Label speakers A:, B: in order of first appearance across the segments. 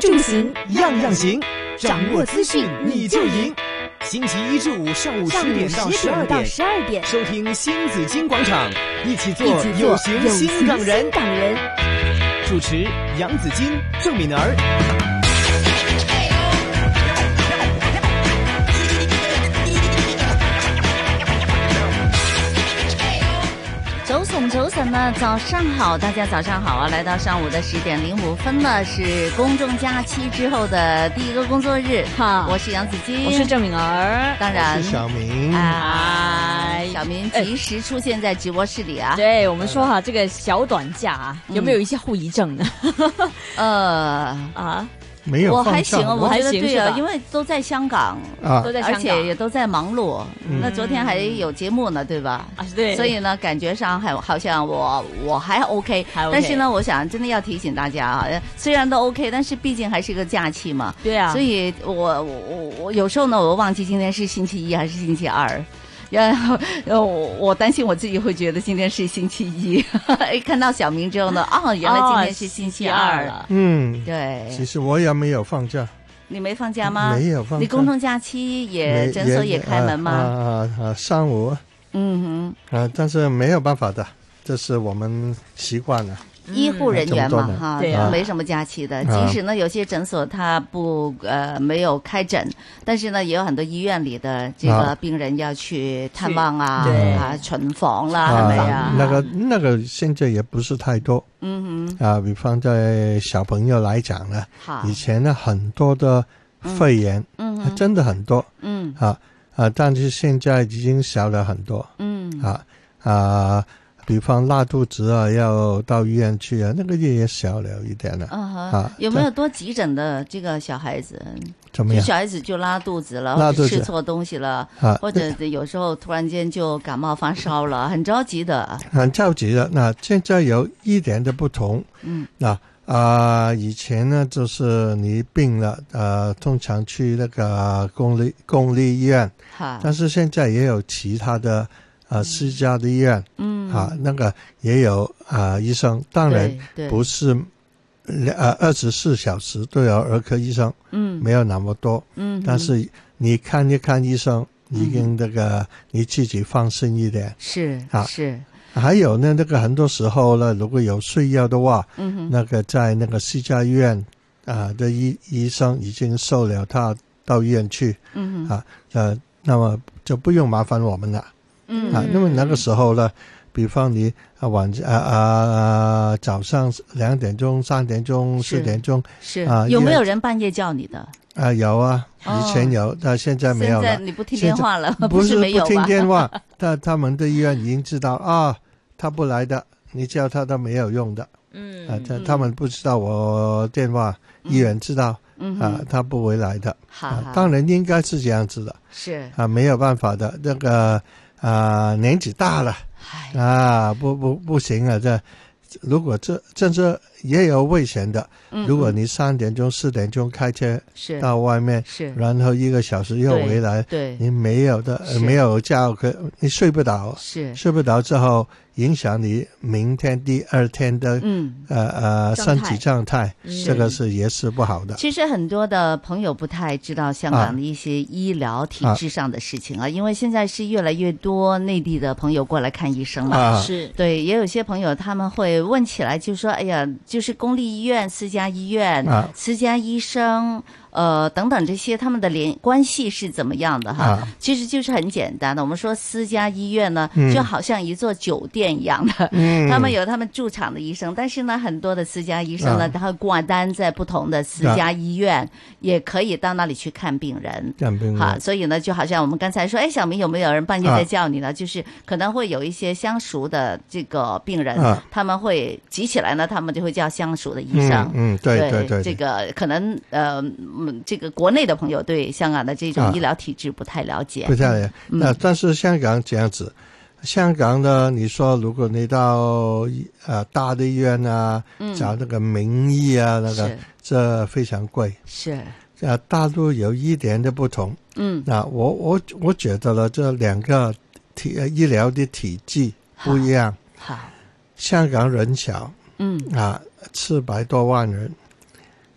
A: 重型，
B: 样样行，掌握资讯
A: 你
B: 你
A: 就
B: 就
A: 赢
B: 赢。星期一至五上午
A: 上
B: 十
A: 午
B: 点到
A: 十
B: 十二
A: 点到
B: 点，
A: 十二点，
B: 收听新紫金广场，一起做
A: 一起做
B: 有型新港人
A: 新。港人。
B: 主持杨紫金、郑敏儿。
C: 早晨，早晨呢，早上好，大家早上好啊！来到上午的十点零五分了，是公众假期之后的第一个工作日。
D: 哈
C: 我是杨子金，
D: 我是郑敏儿。
C: 当然
B: 明
C: 啊，
D: 哎
C: 小明及时出现在直播室里啊。
D: 对我们说哈，这个小短假啊，
C: 嗯
D: 有没有一些后遗症呢？
C: 呃，
D: 啊，
E: 没有
C: 我
E: 放
C: 还
E: 上
C: 行，啊，
E: 吗
C: 我觉得
D: 还行
C: 对
D: 是
C: 啊
D: 吧，
C: 因为都在香港，
E: 啊
D: 都，在香
C: 而
D: 港
C: 且也都在忙碌。
E: 嗯
C: 那昨天还有节目呢，对吧？
D: 啊，对，
C: 所以呢，感觉上还好像我我还 OK，,
D: 还 OK
C: 但是呢，我想真的要提醒大家啊，呃虽然都 OK，但是毕竟还是个假期嘛，
D: 对啊，
C: 所以我我我我有时候呢，我忘记今天是星期一还是星期二。 然后，呃，我我担心我自己会觉得今天是星期一， 哎看到小明之后呢， 哦，原来今天是星期二了。
D: 了。
E: 嗯，其
C: 对，
E: 实我也没有放假，
C: 你没放假吗？
E: 没有放假
C: 你公众假期也
E: 没
C: 诊所也开门吗？
E: 啊啊啊！上午
C: 嗯
E: 啊，但是没有办法的，这是我们习惯了。
C: 哼，医护人员嘛，
E: 这么多呢
C: 哈，
D: 对啊
C: 没什么假期的。
E: 啊
C: 即使呢，有些诊所它不呃没有开诊，但是呢，也有很多医院里的这个
E: 啊
C: 病人要去探望啊
D: 对
C: 啊巡房啦，系咪啊？
E: 那个那个现在也不是太多
C: 嗯哼，
E: 啊，比方在小朋友来讲呢，
C: 好，
E: 以前呢很多的肺炎，
C: 啊嗯
E: 啊
C: 哼，
E: 真的很多
C: 嗯
E: 啊啊，但是现在已经少了很多。
C: 嗯，
E: 啊啊，比方拉肚子啊，要到医院去啊，那个也小了一点了、
C: 嗯哼
E: 啊，
C: 有没有多急诊的这个小孩子？
E: 怎么
C: 就
E: 样
C: 小孩子就拉肚子了，
E: 拉
C: 或者
E: 肚
C: 吃
E: 子
C: 错东西了，
E: 啊？
C: 或者有时候突然间就感冒发烧了，很着急的。
E: 很着急的。那现在有一点的不同，
C: 嗯，
E: 那啊、以前呢就是你病了，呃，通常去那个公立公立医院，
C: 哈，
E: 但是现在也有其他的呃私家的医院
C: 嗯，
E: 啊，那个也有啊、医生，当然
C: 对对，
E: 不是呃二十四小时都有儿科医生，
C: 嗯
E: 没有那么多。
C: 嗯哼，
E: 但是你看一看医生，
C: 嗯
E: 已经那个你自己放心一点。
C: 是
E: 啊
C: 是，
E: 还有呢，那个很多时候呢，如果有需要的话，
C: 嗯哼，
E: 那个在那个私家医院啊、的医医生已经收了他到医院去，
C: 嗯哼，
E: 啊呃，那么就不用麻烦我们了
C: 嗯
E: 啊。
C: 哼
E: 那么那个时候呢，比方你啊晚啊啊早上两点钟、三点钟、
C: 是
E: 四点钟
C: 是
E: 啊
C: 有
E: 因
C: 没
E: 为
C: 有人半夜叫你的？
E: 啊有啊，
C: 哦
E: 以前有，但现在没有
C: 现在
E: 了。
C: 你不听
E: 现
C: 电
E: 在
C: 话了，
E: 不
C: 是
E: 是
C: 没有
E: 不听
C: 吧？
E: 电话， 但他们的医院已经知道啊，他不来的，你叫他都没有用的啊
D: 嗯，，
E: 他
C: 嗯
E: 他们不知道我电话，
C: 嗯
E: 医院知道
C: 嗯
E: 啊
C: 哼，，
E: 他不会来的
C: 好
E: 啊
C: 好，，
E: 当然应该是这样子的
C: 是，
E: 啊，没有办法的，那个啊年纪大了
C: 唉，
E: 啊，不不不行啊，这如果这这是也有危险的，
C: 嗯
E: 如果
C: 嗯
E: 你三点钟四点钟开车
C: 是
E: 到外面，
C: 是，
E: 然后一个小时又
C: 对
E: 回来。
C: 对
E: 你没有的，呃
C: 是
E: 没有觉，可你睡不着，
C: 是，
E: 睡不着之后影响你明天第二天的、
C: 嗯。
E: 呃呃
D: 状
E: 身
D: 态
E: 体状态，
D: 是
E: 这个嗯是也是不好的。
C: 其实很多的朋友不太知道香港
E: 啊
C: 的一些医疗体制上的事情啊，因为现在是越来越多内地的朋友过来看医生了。
E: 啊，
D: 嗯是
C: 对，也有些朋友他们会问起来，就说：“哎呀，就是公立医院、私家医院、
E: 啊
C: 私家医生，呃，等等这些，他们的联关系是怎么样的哈？
E: 啊
C: 其实就是很简单的，我们说私家医院呢，
E: 嗯
C: 就好像一座酒店一样的，
E: 嗯，
C: 他们有他们驻场的医生，但是呢，很多的私家医生呢，
E: 啊
C: 他会挂单在不同的私
E: 啊
C: 家医院，也可以到那里去看病人。
E: 干病
C: 好，
E: 人
C: 所以呢，就好像我们刚才说，哎，小明有没有人半夜
E: 嗯啊
C: 在叫你呢？就是可能会有一些相熟的这个病人，
E: 啊
C: 他们会急起来呢，他们就会叫相熟的医生。
E: 嗯嗯，对对对，
C: 啊这个可能呃，嗯这个国内的朋友对香港的这种
E: 啊
C: 医疗体制不太了解。
E: 不太了。
C: 嗯
E: 那但是香港这样子。香港呢，你说如果你到呃大的医院啊，
C: 嗯
E: 找那个名医啊，那个这非常贵。
C: 是是，
E: 呃，大陆有一点的不同，
C: 嗯，
E: 那我我我觉得呢，这两个体呃医疗的体系不一样。
C: 好，
E: 香港人小
C: 嗯
E: 啊，四百多万人；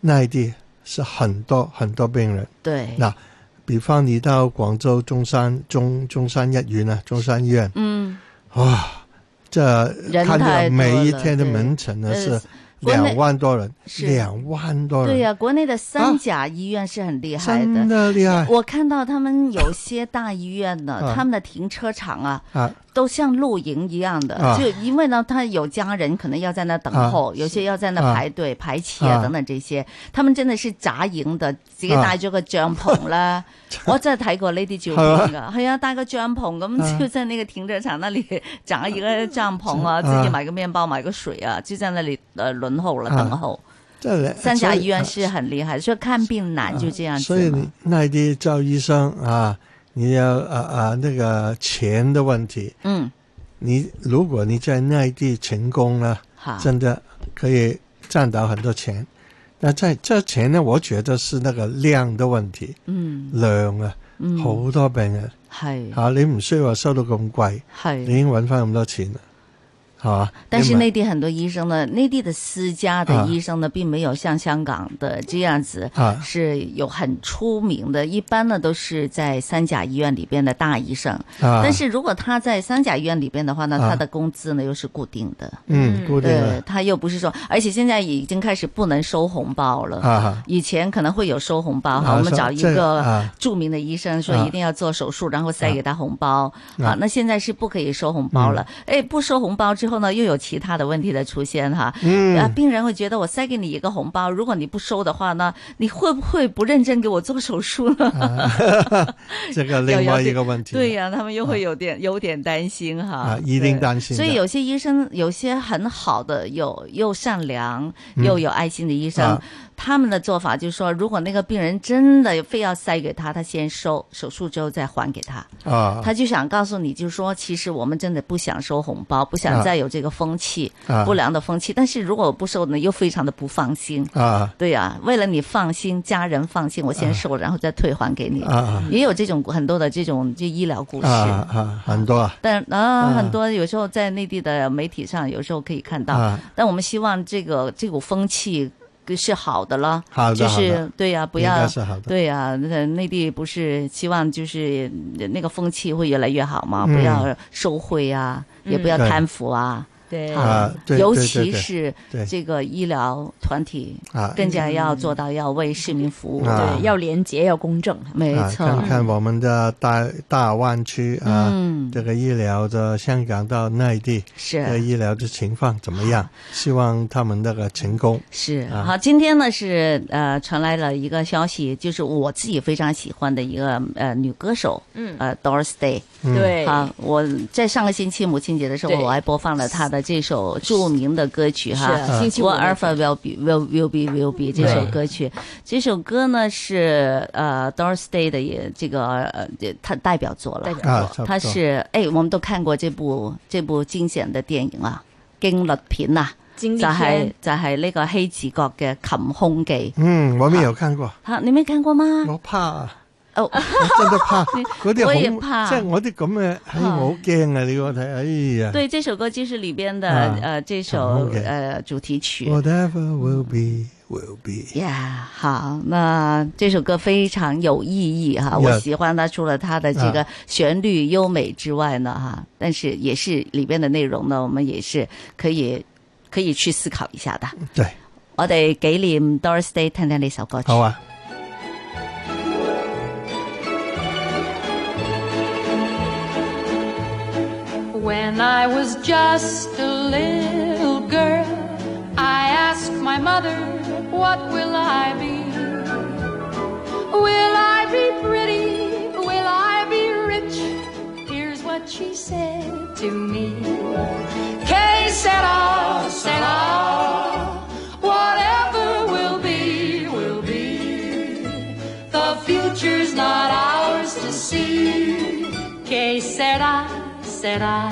E: 内地是很多很多病人。
C: 对，
E: 那比方你到广州中山中中山医院啊，中山医院
C: 嗯，
E: 啊，这
C: 人
E: 看
C: 太
E: 着
C: 多
E: 每一
C: 了
E: 天的
C: 对
E: 门诊呢
C: 呃
E: 是
C: 国内
E: 两万多人，
C: 是
E: 两万多人，
C: 对呀、国内的
E: 啊
C: 三甲医院是很厉害
E: 真
C: 的。
E: 的厉害
C: 我看到他们有些大医院呢，
E: 啊
C: 他们的停车场啊，
E: 啊！
C: 都像露营一样的，
E: 啊
C: 就因为呢，他有家人可能要在那等候，有些要在那排队、排期啊
E: 啊
C: 等等这些，他们真的是扎营的，自己帶咗個帳篷
E: 啊
C: 啦。 我真係睇過呢啲照片 㗎，係啊，帶個帳篷
E: 啊
C: 咁就在那個停車場那裡扎一個帳篷啊，
E: 啊
C: 自己買個麵包、買個水啊，就在那裡呃輪候了
E: 啊
C: 等候。
E: 这
C: 三甲医院
E: 是。
C: 是很厲害，所以看病難就這樣子
E: 啊所以你
C: 嘛。
E: 内地招医生啊，你要啊啊那个钱的问题，
C: 嗯，
E: 你如果你在内地成功了，
C: 好，
E: 真的可以赚到很多钱。那在这钱呢，我觉得是那个量的问题，
C: 嗯
E: 量啊，
C: 嗯，
E: 好多病人
C: 係
E: 啊，你唔需要话收到咁贵，
C: 係
E: 你已。经搵翻咁多钱啦，
C: 嗯
E: 系嘛？
C: 但是
E: 你咪
C: 内地很多医生呢，内地的私家的医生呢，并没有像香港的这样子。
E: 啊
C: 是有很出名的，一般呢都是在三甲医院里边的大医生。
E: 啊，
C: 但是如果他在三甲医院里边的话呢，
E: 啊
C: 他的工资呢又是固定的，
E: 嗯，固定
C: 对
E: 了，
C: 他又不是说，而且现在已经开始不能收红包了。
E: 啊，
C: 以前可能会有收红包哈，
E: 啊
C: 我们
E: 是
C: 找一
E: 这
C: 个
E: 啊
C: 著名的医生说
E: 啊
C: 一定要做手术，然后塞给他红包
E: 啊嗯
C: 啊。那现在是不可以收红包了，哎，不收红包之后呢，又有其他的问题的出现哈。啊，
E: 嗯
C: 病人会觉得我塞给你一个红包，如果你不收的话呢，你会不会不认真给我做手术呢？
E: 啊，这个另外一个问题，
C: 对呀、他们又会有点有点担心哈。
E: 啊，一定
C: 对
E: 担心的。
C: 所以有些医生，有些很好的，有又善良
E: 嗯
C: 又有爱心的医生，
E: 啊
C: 他们的做法就是说，如果那个病人真的非要塞给他，他先收手术之后再还给他，
E: 啊，
C: 他就想告诉你，就是说，其实我们真的不想收红包，不想
E: 啊
C: 再有这个风气、
E: 啊
C: 不良的风气。但是如果我不收呢，又非常的不放心。
E: 啊
C: 对呀、为了你放心，家人放心，我先收，然后再退还给你。
E: 啊
C: 也有这种很多的这种就医疗故
E: 啊
C: 事。
E: 啊，很多啊
C: 但啊，
E: 啊
C: 很多有时候在内地的媒体上，有时候可以看到。
E: 啊，
C: 但我们希望这个这股风气是好的了，
E: 好
C: 就
E: 的好的，
C: 是对呀、不
E: 应
C: 要
E: 该是好的，
C: 对呀、那内地不是希望就是呃那个风气会越来越好嘛？
E: 嗯
C: 不要受贿啊，
D: 嗯
C: 也不要
E: 对
C: 贪腐啊，
D: 对
E: 啊对
C: 尤
E: 对对
C: 其
E: 对
C: 是
E: 对
C: 这个医疗团体
E: 啊
C: 更加要做到要为市民服务。
E: 啊
D: 对，要廉洁，要公正。
C: 没
E: 啊，
C: 错，
E: 看看我们的大大湾区啊，
C: 嗯，
E: 这个医疗的香港到内地的
C: 是
E: 医疗的情况怎么 样？希望他们那个成功
C: 是。
E: 啊
C: 好，今天呢是呃传来了一个消息，就是我自己非常喜欢的一个呃女歌手，
D: 嗯，
C: 呃 Doris Day。
E: 嗯
D: 对，
C: 好，我在上个星期母亲节的时候，
D: 对
C: 我还播放了她的这首著名的歌曲哈。
D: 是啊星期五
C: What
D: 那
C: Alpha
D: 天
C: Will Be Will Will Be Will Be 这首
D: 对
C: 歌曲，这首歌呢是呃 Doris Day 的也这个呃这她代表作了
D: 代。表
E: 啊
D: 作，
E: 差不
C: 她
E: 多
C: 是哎，我们都看过这部这部惊险的电影啊，驚慄片啊，
D: 经
C: 就
D: 历
C: 係
D: 篇
C: 就係呢個希治閣嘅《擒空記
E: 嗯，我们有看过，》。
C: 嚇，你沒看過嗎？
E: 我怕。
C: 哦，
E: 我真的 怕嗰啲
C: 我也
E: 好，
C: 怕
E: 即系我啲咁嘅，唉，我好惊啊！你我睇，哎呀
C: 對，這首歌就是裏邊的
E: 啊
C: 呃這
E: 擒
C: 首
E: 空記
C: 呃主題曲。
E: ，whatever will be will be，
C: 呀好，那这首歌非常有意义哈
E: Yeah
C: 我喜欢它，除了它的这
E: 啊
C: 个旋律优美之外呢，哈，但是也是里边的内容呢，我们也是可以可以去思考一下的。
E: 对，
C: 我哋纪念 Doris Day，听听呢首歌曲。
E: 好啊。
A: When I was just a little girl, I asked my mother, What will I be? Will I be pretty? Will I be rich? Here's what she said to me. Que sera, sera. Whatever will be, will be. The future's not ours to see. Que sera, sera.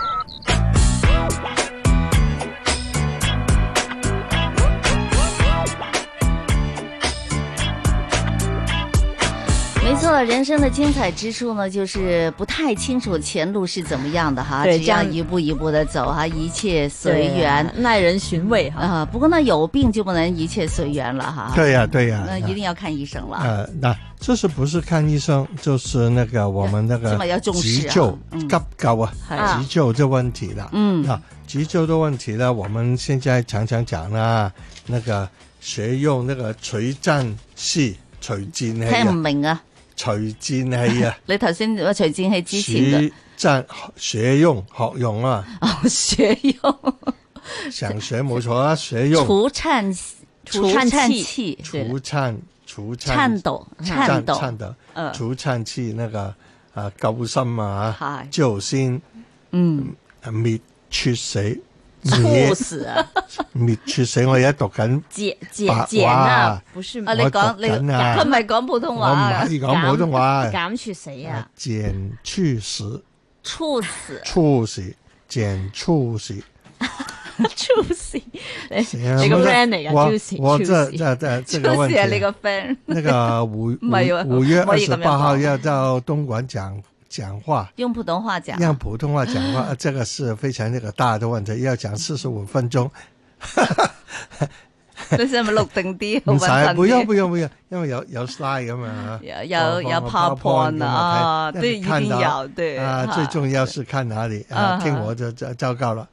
C: 没错，人生的精彩之处呢，就是不太清楚前路是怎么样的哈，
D: 对
C: 只要
D: 这样啊
C: 一步一步的走哈，一切随缘
D: 对啊耐人寻味哈。
C: 啊、不过呢，有病就不能一切随缘了哈，
E: 对呀、对呀、
C: 啊那一定要看医生了。
E: 呃，那这是不是看医生，就是那个我们那个
C: 起码要重视
E: 急
C: 啊
E: 救、
C: 嗯
E: 急救啊，
C: 啊
E: 急救这问题了。
C: 嗯
E: 啊，急救的问题呢，我们现在常常讲啦，那个学用那个锤战器、锤战器
C: 聽唔
E: 啊、
C: 明啊！，
E: 锤戰器啊
C: 你頭先話徐戰係之前嘅
E: 徐戰学用学 用啊，
C: 哦，學用
E: 想学冇错啊，学用
C: 除颤除
D: 除颤
C: 颤
D: 器
C: 器，对
E: 除颤除颤
C: 颤抖颤
E: 颤
C: 抖，
E: 颤抖
C: 嗯
E: 除颤器那個啊救心啊
C: 係，
E: 救先
C: 嗯，
E: 滅猝死，
D: 猝
E: 滅
D: 死啊！
E: 滅猝死，我而家讀緊，
D: 姐姐
E: 白
D: 姐
E: 哇
D: 啊，不是
C: 啊，你
E: 我
C: 講
E: 讀
C: 你
E: 緊啊
C: 佢唔係講普通
E: 我唔
C: 話啊
E: 可，以講普通話啊。
D: 減猝死啊！
E: 剪猝死，
C: 猝 死
E: 猝死，剪猝死。
D: 猝死，
E: 你
D: 你個 friend 嚟㗎猝死
E: 我我
D: 猝
E: 这
D: 死
E: 这这这个
C: 猝
E: 问
C: 死
E: 题
C: 係，啊你個 friend，
E: 那个五
C: 唔係喎
E: 五五月
C: 唔可
E: 二
C: 以
E: 十
C: 咁樣
E: 八号
C: 講
E: 要到东莞讲讲话，
C: 用普通話講，
E: 让普通话讲话，呃这个是非常那个大的问题，要讲四十五分钟。
C: 你使唔使錄定啲？
E: 唔
C: 好
E: 使
C: 穩陣，啲
E: 不用不用不用，因为有有 slide 咁嘛，
C: 有 有有
E: 放放
C: PowerPoint
E: 噶嘛
C: 啊
E: 睇
C: 对
E: 让你
C: 一定
E: 看到
C: 要对
E: 啊，
C: 哈
E: 最重要是看哪里啊
C: 啊？
E: 听我就糟糟糕了。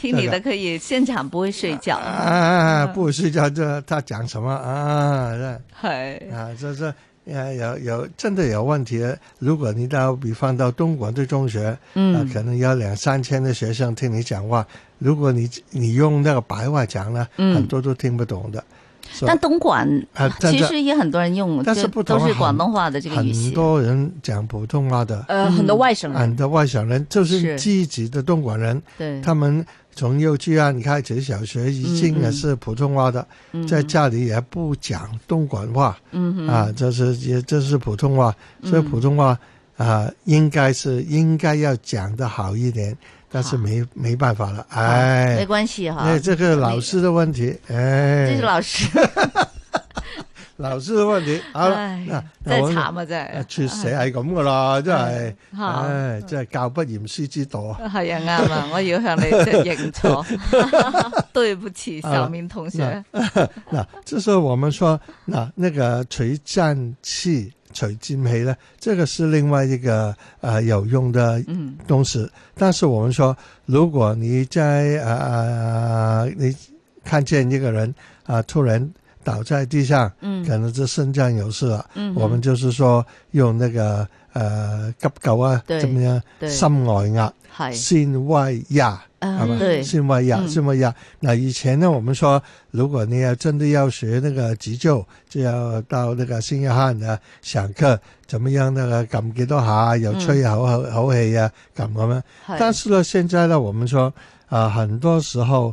C: 聽你的可以現場不會睡覺，嗯
E: 啊，不睡觉这他讲什么啊？这
C: 係
E: 啊，这这呃有有真的有问题。如果你到比方到东莞的中学，啊
C: 嗯，
E: 可能有两三千的学生听你讲话，如果你你用那个白话讲呢，
C: 嗯
E: 很多都听不懂的。所以
C: 但東莞
E: 啊真
C: 其
E: 的
C: 實也很多人用，
E: 但是
C: 就
E: 不
C: 都
E: 同
C: 是
E: 行
C: 廣東話的這個語
E: 很
C: 系。
E: 多人讲普通话的，
D: 呃，很多外省人
E: 俺的外省人就是
C: 是嗯
E: 积极的东莞人，
C: 对，
E: 他们从幼稚园开始，小学已经也是普通话的，在家里也不讲东莞话，嗯啊，这是也这是普通话，所以普通话啊、应该是应该要讲的好一点，但是没没办法了，
C: 没
E: 哎，
C: 关系哈，
E: 那这个老师的问题，
C: 这
E: 哎
C: 是，老师，
E: 老师的问题，好了
C: 唉，
E: 那那
C: 哎真
E: 我
C: 係
E: 们
C: 慘啊
E: 啊
C: 真
E: 猝死係咁噶啦，真係，
D: 嚇
E: 唉，真係教不嚴師之道啊！
C: 係，系啊啱啊，我要 向你即係認錯，對不起，
E: 啊
C: 小明同學，
E: 嗱，这是我们说，那那个锤战器、锤金器呢，这个是另外一个呃有用的
C: 嗯
E: 东西。但是我们说，如果你在呃呃你看见一个人啊、突然倒在地上，
C: 嗯
E: 可能是肾脏有事了，
C: 嗯，
E: 我们就是说用那个呃急救啊，
C: 对
E: 怎么样？
C: 对哎
E: 心外压、
C: 係，
E: 心啊外压。好吧
C: 嗯对，
E: 是么呀
C: 嗯，
E: 是么呀。那以前呢，我们说，如果你要真的要学那个急救，就要到那个新约翰啊上课，怎么样那个揿几多下，又吹口口口气啊，咁咁样。
C: 係
E: 但是呢，现在呢，我们说啊、很多时候，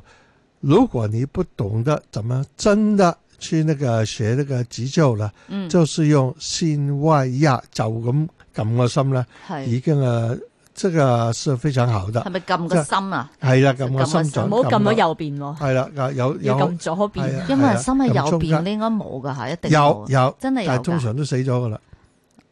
E: 如果你不懂得怎么真的去那个学那个急救了，
C: 嗯
E: 就是用心外压，就咁撳個心咧，
C: 係
E: 已經誒，即係是非常好的
C: 係。咪撳個心啊？
E: 係啦，撳個
C: 撳
E: 心
C: 個心
E: 臟，
D: 唔好撳咗
E: 個
D: 右邊喎，
E: 係啦，啊有
D: 要
E: 有
D: 撳左邊。
E: 係啊
C: 有冇人心喺
E: 係
C: 右
E: 啊撳中間
C: 邊咧？應該冇噶嚇，一定
E: 有
C: 冇
E: 有，
C: 真係有
E: 但
C: 㗎
E: 係通常都死咗噶啦。
C: 哦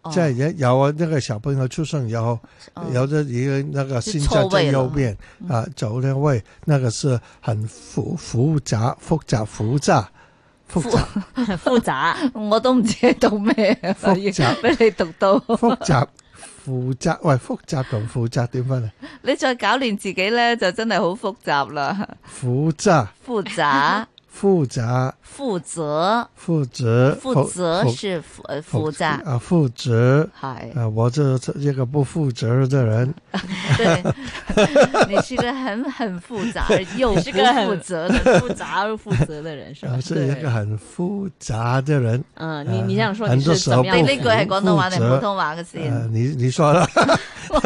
C: 哦
E: 即係有有啊，那個小朋友出生以後， 有的一个那個心臟在右邊啊，左邊位，那個是很複複雜複雜複雜複雜
D: 复杂，
C: 我都唔知喺讀咩，
E: 複雜
C: 俾你讀到，
E: 複雜複雜， 喂，複雜同複雜點分啊？
C: 你再搞亂自己咧，就真係好複雜 啦。
E: 複雜
C: 複雜、
E: 複雜
C: 負責、
E: 複雜
C: 負責是負呃負責，
E: 啊，複雜
C: 係
E: 啊，我這一個不負責任的人，
C: 對， 你是個很很複 雜而又不
D: 是個很
C: 負責的。
D: 复杂而负责的人是吧
E: 啊，？是一
C: 對
E: 個很複雜的人。
D: 嗯，你你想说
E: 很
D: 你
E: 多
D: 是
E: 時
D: 怎
E: 候
D: 么样
C: 你
D: 的
E: 不
C: 呢
D: 人？
C: 句係廣東話定
E: 負責
C: 普通話嘅
E: 呃，
C: 先？嗯
E: 你你說啦。
C: 我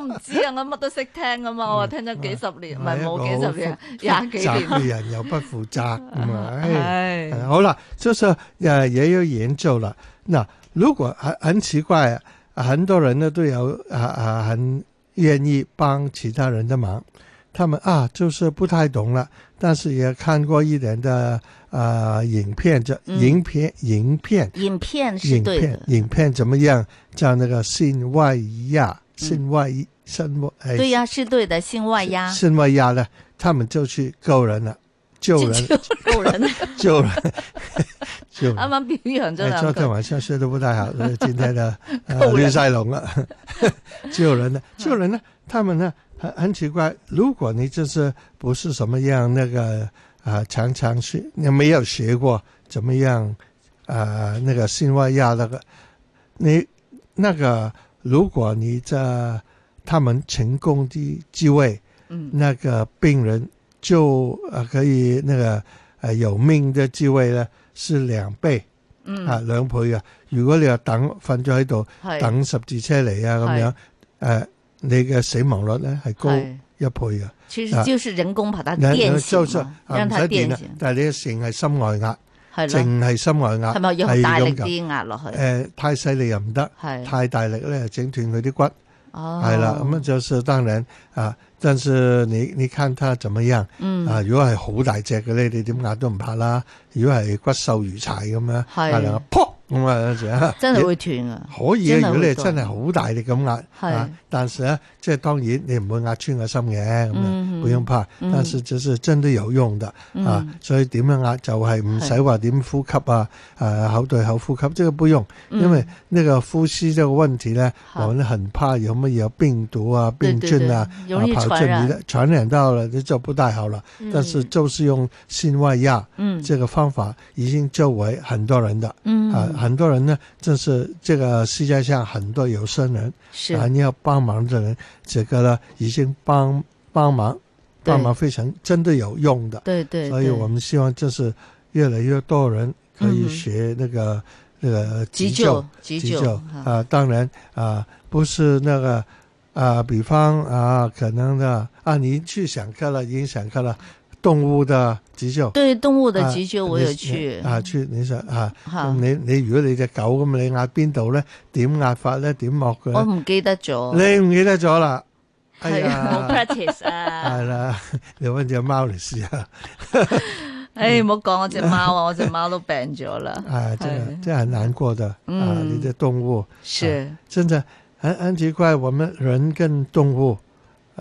C: 唔知啊，我乜都識聽噶嘛，我聽咗幾十年，唔係
E: 係一個
C: 冇幾十年
E: 好，
C: 廿幾
E: 責
C: 年。
E: 嘅人又不負責，咁啊，唉
C: 唉
E: 哎好了，就是呃也有研究了。那如果很很奇怪啊，很多人呢都有啊啊很愿意帮其他人的忙，他们啊就是不太懂了，但是也看过一点的啊影片，这影片影片
C: 影片是
E: 影
C: 對
E: 片
C: 的，
E: 影片怎么样？叫那个性外压，性外性外哎
C: 對嗯呀，是對的，性外壓。
E: 圣外亚呢，他们就去救人了，救 人，
D: 救人，
E: 救人，救
C: 啱
E: 人。
C: 啱表揚咗
E: 哎昨
C: 兩
E: 天
C: 句，
E: 晚上睡得不太好，所以今天呢，呃，
C: 人
E: 绿赛龙了。救人呢，救人呢，他们呢很很奇怪，如果你就是不是什么样那个啊、呃常常学，你没有学过怎么样啊、呃那个性外压那个，你那个如果你在他们成功的机会，
C: 嗯
E: 那个病人就呃可以那个呃有命的机会呢是两倍。
C: 嗯，
E: 啊兩倍啊！如果你話等瞓咗喺度
C: 係
E: 等十字車嚟啊咁樣，誒、你嘅死亡率咧係高
C: 係
E: 一倍啊！
C: 其
E: 啊
C: 實就是人工把它
E: 你你
C: 電
E: 就
C: 醒
E: 算
C: 嘛，
E: 啊
C: 讓
E: 唔使
C: 它
E: 電
C: 電
E: 啦
C: 醒，，
E: 但係你淨係心外壓，
C: 係咯，
E: 淨係心外壓，
C: 係咪要大力
E: 係咁㗎？
C: 啲壓落去？
E: 誒太細力又唔得，
C: 係，
E: 太大力咧整斷佢啲骨，
C: 哦，
E: 係哎啦。咁啊就是當然啊，但是你你看他怎麼樣
C: 嗯，
E: 啊？如果係好大隻嘅咧，你點壓都唔怕啦。如果係骨瘦如柴咁樣，
C: 係
E: 壓兩下噗咁啊有時 啊，
C: 真係會斷啊，
E: 可以嘅，
C: 真係
E: 如果
C: 會
E: 你係
C: 多
E: 真係好大力咁壓，
C: 係
E: 啊，但是咧，即係當然你唔會壓穿個心嘅，咁樣
C: 嗯
E: 不用怕。
C: 嗯
E: 但是就是真都有用的啊
C: 嗯，
E: 所以點樣壓就係唔使話點呼吸啊，誒口對口呼吸，這個不用，
C: 嗯
E: 因為那個呼吸這個問題咧，
C: 好
E: 我們很怕有乜嘢病毒啊、
C: 對
E: 病菌啊
C: 對對
E: 啊
C: 容易
E: 跑
C: 傳
E: 進
C: 染
E: 你的傳染到了，這就不太好了。但是就是用心外壓
C: 嗯
E: 這個方法，已經救為很多人的。啊，
C: 嗯，
E: 很多人呢，正是这个世界上很多有生人
C: 是
E: 啊，你要帮忙的人，这个呢已经帮帮忙，
C: 对
E: 帮忙非常真的有用的，
C: 對對，
E: 所以
C: 對
E: 我们希望就是越来越多人可以
C: 嗯
E: 学那个、那个
C: 急
E: 救
C: 救急
E: 急
C: 救
E: 救，啊，当然啊，不是那个啊，比方啊，可能的啊，你去想课了，已经想课了，动物的急救。
C: 對動物的
E: 啊
C: 急救
E: 你
C: 我有
E: 你
C: 去，嗯
E: 啊，去你想啊，
C: 嚇
E: 咁你你如果你只狗咁，你壓邊度咧？點壓法咧？點剝
C: 我
E: 佢呢？
C: 唔記得咗，
E: 你唔記得咗啦？哎
D: 冇
E: 呀，
D: practice 啊，
E: 係啦，你揾只貓嚟試下，
C: 誒哎唔好講我隻貓啊， 我隻貓都病咗啦，
E: 嗯啊，真
C: 係
E: 係真係很難過的啊！
C: 嗯
E: 你的動物
C: 是
E: 真的很很奇怪，我們人跟動物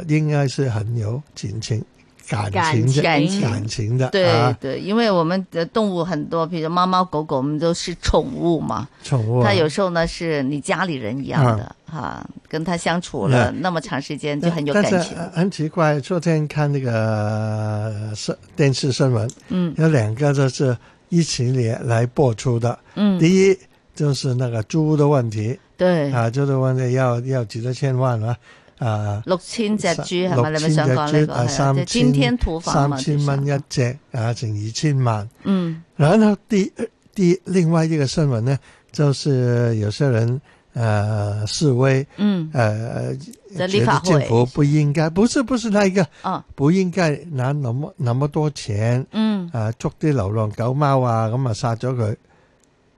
E: 應該是很有感情、感情的
C: 感情
E: 感情的
C: 對
E: 啊，
C: 對，因為我們的動物很多，譬如貓貓狗狗，我們都是寵物嘛。
E: 寵物啊。
C: 他有时候呢是你家里人一样的哈、跟他相处了那么长时间就很有感
E: 但是
C: 情。
E: 呃很奇怪，昨天看那个是电视新闻，
C: 嗯
E: 有两个就是一起连来播出的。
C: 嗯，
E: 第一就是那个猪的问题
C: 对，
E: 啊，猪的问题要要几多千万啊？啊，
C: 六千只猪系咪？
E: 六
C: 你
E: 千
C: 咪想讲
E: 隻
C: 呢
E: 豬
C: 个
E: 啊，
C: 係啊
E: 三
C: 即係
E: 千
C: 天天屠房嘛，
E: 三千蚊
C: 就是
E: 一隻啊，成二千萬。
C: 嗯
E: 然后第呃第另外一个新闻呢，就是有些人呃示威，
C: 嗯
E: 呃，
C: 在立
E: 觉
C: 法
E: 得政
C: 会
E: 府不应该，不是不是那一个，
C: 哦
E: 不應該拿那麼那麼多錢
C: 嗯
E: 啊捉啲流浪狗貓啊，咁啊殺咗佢。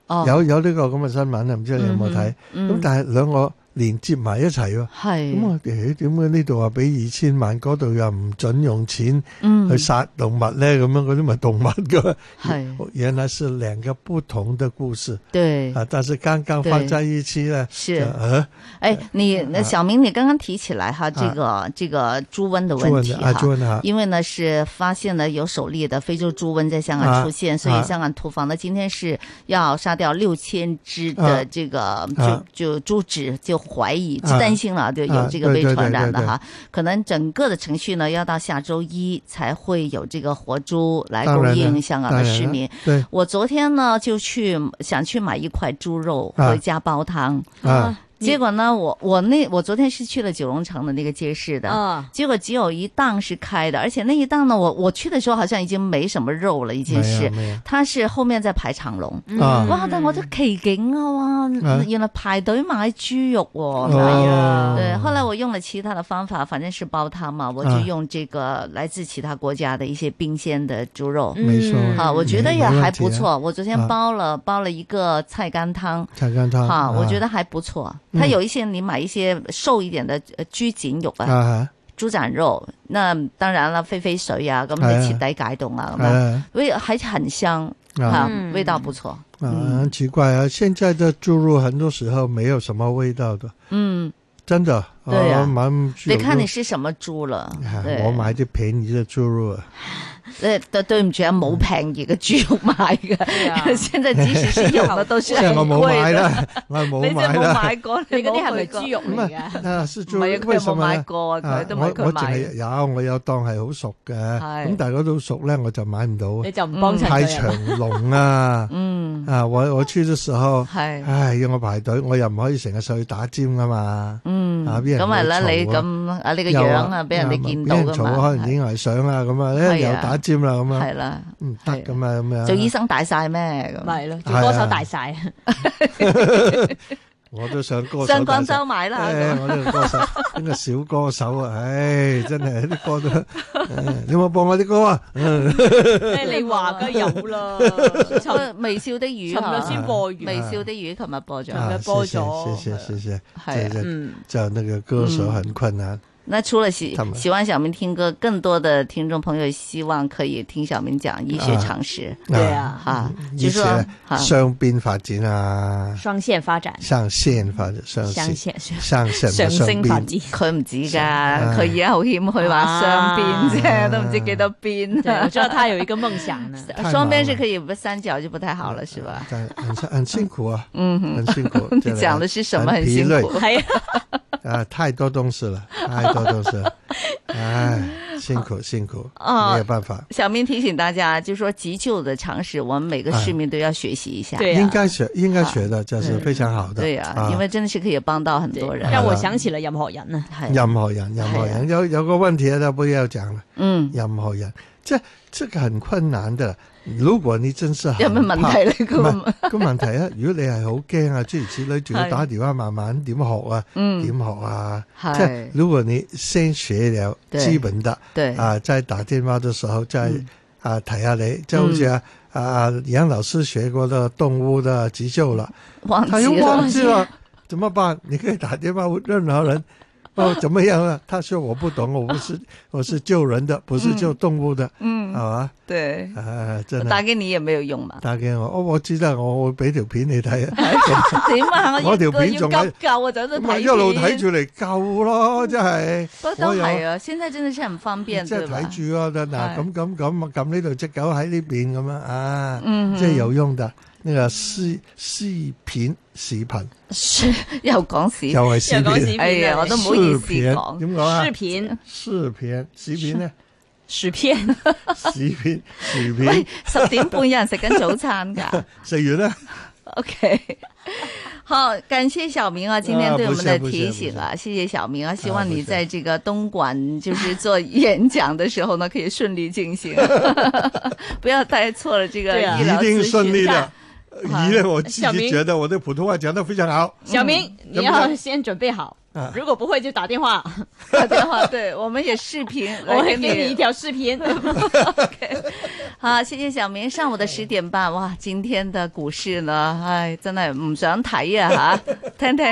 C: 哦
E: 有有呢個咁嘅新聞啊，唔知你有冇睇？咁、
C: 嗯哼嗯
E: 但係兩個連接埋一齊喎。
C: 係
E: 咁我哋點解呢度話俾二千萬，嗰度又唔準用錢
C: 嗯
E: 去殺動物咧？咁樣嗰啲咪動物 噶？
C: 係
E: 原來是兩個不同的故事
C: 對
E: 啊，但是剛剛放在一起咧，
C: 是
E: 就啊呃
C: 哎，你那小明，你刚刚提起来哈，这个这个猪瘟的
E: 朱
C: 问
E: 文
C: 题哈
E: 啊，朱。文啊，
C: 因为呢是发现了有首例的非洲猪瘟在香港
E: 啊
C: 出现，所以
E: 啊
C: 香港屠房呢今天是要杀掉六千只的
E: 啊
C: 这个
E: 啊
C: 就就猪只，就怀疑就
E: 啊
C: 担心了，就有
E: 啊
C: 这个被
E: 对对
C: 传染的
E: 对对对
C: 哈。可能整个的程序呢要到下周一才会有这个活猪来
E: 当
C: 供
E: 然
C: 应
E: 了
C: 香港
E: 当
C: 的
E: 然
C: 市
E: 了
C: 民。
E: 对
C: 我昨天呢就去想去买一块猪肉
E: 啊
C: 回家煲汤，
E: 啊，
C: 结果呢我我那我昨天是去了九龙城的那个街市的，
D: 啊，
C: 结果只有一档是开的，而且那一档呢，我我去的时候好像已经没什么肉了，已经
E: 没
C: 是
E: 有，没有
C: 它是后面在排长龙。
E: 啊
C: 嗯哇！但我都奇景啊，哇
E: 啊！
C: 原来排队买猪肉喎、
D: 哎呀
E: 哦
C: 对，后来我用了其他的方法，反正是煲汤嘛，我就
E: 啊
C: 用这个来自其他国家的一些冰鲜的猪肉。
E: 没错
D: 嗯
C: 好，我觉得
E: 没
C: 也
E: 没问
C: 还
E: 题
C: 不
E: 啊
C: 错。我昨天
E: 啊
C: 煲了煲了一个菜干汤，
E: 看看他，
C: 哈，我觉
E: 得
C: 得还不错。它
E: 啊嗯
C: 有一些你买一些瘦一点的呃猪颈肉啊，
E: 啊，
C: 豬展肉，那當然啦，飛飛水啊，咁
E: 係啊
C: 你徹底解凍啊，咁樣
E: 哎
C: 味還很香
E: 啊
C: 哈
D: 嗯，
C: 味道不錯。
E: 啊，
C: 嗯
E: 很奇怪啊！现在的猪肉很多时候没有什么味道的，
C: 嗯，
E: 真的。
C: 对啊
E: 啊，蛮具
C: 你
E: 有
C: 看你
E: 肉
C: 是什麼豬啦
E: 啊？
C: 對
E: 我買啲便宜的豬肉啊，
C: 呃對對唔住啊，冇平宜嘅豬肉買
D: 對啊
C: 嘅， 現在即使是有的都
E: 即
C: 是
E: 係
C: 很
E: 我冇買
C: 貴的。
E: 啦，我
C: 你
E: 冇
C: 真係
E: 買
C: 冇
E: 啦。
C: 買過，你
D: 你嗰啲
C: 冇
D: 係咪
C: 去過
D: 豬肉嚟㗎？
E: 啊，是
C: 唔
E: 豬
C: 係啊，
E: 肉，
C: 佢
E: 為
C: 又
E: 什
C: 冇
E: 麼
C: 買
E: 呢？
C: 過啊，
E: 啊
C: 佢都
E: 我
C: 冇佢
E: 我淨
C: 買。
E: 係有，我有檔係好熟嘅，
C: 係
E: 咁但係嗰度熟咧我就買唔到啊
D: 你，就唔幫襯
E: 太
D: 佢啊
E: 長龍 啊！
C: 嗯，
E: 啊，我我去嘅時候，
C: 係，
E: 唉，要我排隊，我又唔可以成日上去打尖噶嘛。
C: 嗯，
E: 啊俾人
C: 咁咪啦，
E: 會嘈啊
C: 你咁啊，你個
E: 又
C: 樣啊，俾人哋
E: 啊
C: 見到
E: 俾
C: 㗎
E: 人嘈
C: 嘛，
E: 可能影埋相啊，咁啊，咧
C: 係
E: 又
C: 啊
E: 打尖啦，咁啊
C: 係，啦，
E: 唔得
C: 係啊
E: 咁啊，咁樣。
C: 做醫生大晒咩咁？
D: 咪咯，做
E: 係啊
D: 歌手大晒，
E: 我都想歌手
C: 上廣
E: 大
C: 州買啦。
E: 唉
C: 咁
E: 哎我呢個 歌手，呢個小歌手啊，唉，真係啲歌都，唉你有冇播我啲歌啊？
D: 你話梗係有啦，啊
E: 哎
C: 喂微笑的魚
D: 尋日
C: 啊，
D: 先播
C: 微
D: 完，
C: 笑的魚，琴日播咗。
D: 啊
E: 啊，
D: 播
E: 謝謝
D: 咗
E: 謝謝謝
C: 係啊嗯
E: 謝，這
D: 嗯，
E: 叫那個歌手很困難，
C: 那除了喜
E: 他们
C: 喜欢小明听歌，更多的听众朋友希望可以听小明讲医学常识
D: 對，啊，
C: 哈，就
E: 而
C: 說
E: 且
C: 哈
E: 啊雙邊發展啊，
D: 雙線發展，
E: 上線發展，上
D: 雙
E: 線
D: 線
E: 上線
D: 上
E: 咪上
D: 升發
E: 邊。
D: 展。
C: 佢唔止噶，
E: 哎
C: 佢而家好謙虛話雙邊啫，
E: 啊
C: 都唔知幾多
D: 對，我
C: 邊。
D: 知道他有一個夢想呢。
E: 忙了哎
C: 雙邊是可以，不三角就不太好了，是吧？
E: 啊但很很辛苦啊，
C: 嗯哼，
E: 很辛苦。
C: 你講的是什麼？
E: 很
C: 很
E: 疲
C: 辛
E: 累
C: 苦。
D: 係啊，
E: 啊，太多东西了，太多东西了， 哎，辛苦辛苦，
C: 啊
E: 没有办法，
C: 小明提醒大家，就说急救的常识，我们每
E: 哎
C: 个市民都要学习一下。
D: 對
E: 应
D: 啊，
E: 该学应该学的，这是非常好的。啊
C: 对呀、因为真的是可以帮到很多人。
D: 讓我想起了任何人啊，
C: 系
E: 任何人任何
C: 哎
E: 人有有个问题他不要讲了，
C: 嗯，
E: 任何人，这这个很困难的。如果你真是
C: 有咩問題 咧？
E: 唔
C: 咁啊
E: 係個問題啊！ 如果你係好驚啊，諸如此類，仲要打電話慢慢點學啊？
C: 嗯
E: 點學啊？
C: 係
E: 即係如果你先學了
C: 對
E: 基本的，
C: 對嗯
E: 啊，在打電話的時候再啊提下你，就好似啊啊楊老師學過的動物的急救了，
C: 忘
E: 他又
C: 記
E: 忘記
C: 了。
E: 了，怎麼辦？你可以打電話問任何人。哦，怎麼樣啊？他說我不懂，我不是，我是救人的，不是救動物的，係
C: 嗯，
E: 嘛？
C: 對，
E: 啊，真
C: 我
E: 係。。
C: 打給你也沒有用嘛
E: 打嘅我，哦，我知道，我會俾條片你睇啊，
C: 點啊？我
E: 我條片
C: 要
E: 仲喺
C: 急救啊，走咗睇
E: 咁咪
C: 片
E: 一路睇，住嚟救咯，真係
C: 不過都係啊。現在真的是很方便，
E: 即係
C: 對吧？
E: 睇住啊，嗱
C: 係
E: 咁咁咁撳呢度只狗喺呢邊咁樣啊，
C: 嗯
E: 即係有用㗎。呢個視視片視頻
C: 又講
E: 又
C: 屎，
E: 係視
D: 又講視
E: 片，
D: 頻
C: 哎呀，我都唔好意思
E: 視片
C: 講。
E: 點講啊
D: 視？頻、
E: 視片視片咧，
D: 薯片，
E: 視片視
C: 喂
E: 片，
C: 十點半有人食緊早餐㗎。
E: 食完咧。
C: OK，好，感谢小明啊，今天
E: 啊
C: 对我
E: 不
C: 们
E: 是
C: 的
E: 不是
C: 提
E: 不
C: 醒
E: 是
C: 啊，谢谢小明啊，希
E: 啊
C: 望
E: 不
C: 你
E: 是
C: 在这个东莞就是 做演讲的时候呢，可以顺利进行，不要带错了这个
D: 对啊
C: 医疗
E: 一定
C: 咨
E: 顺利
C: 询。
E: 的。
C: 好
E: 一定我自
D: 小
E: 己
D: 明
E: 觉得我的普通话讲得非常好。
D: 小明，
C: 嗯
D: 你要先準備好
E: 啊，
D: 如果不會就打電話，
C: 打电话，对我们也视频，
D: 我
C: 来给
D: 會給你一
C: 你。
D: 條視頻。
C: 好，谢谢小明。上午的十哎嗯点半，哇，今天的股市呢，唉，真系唔想睇啊吓，聽聽。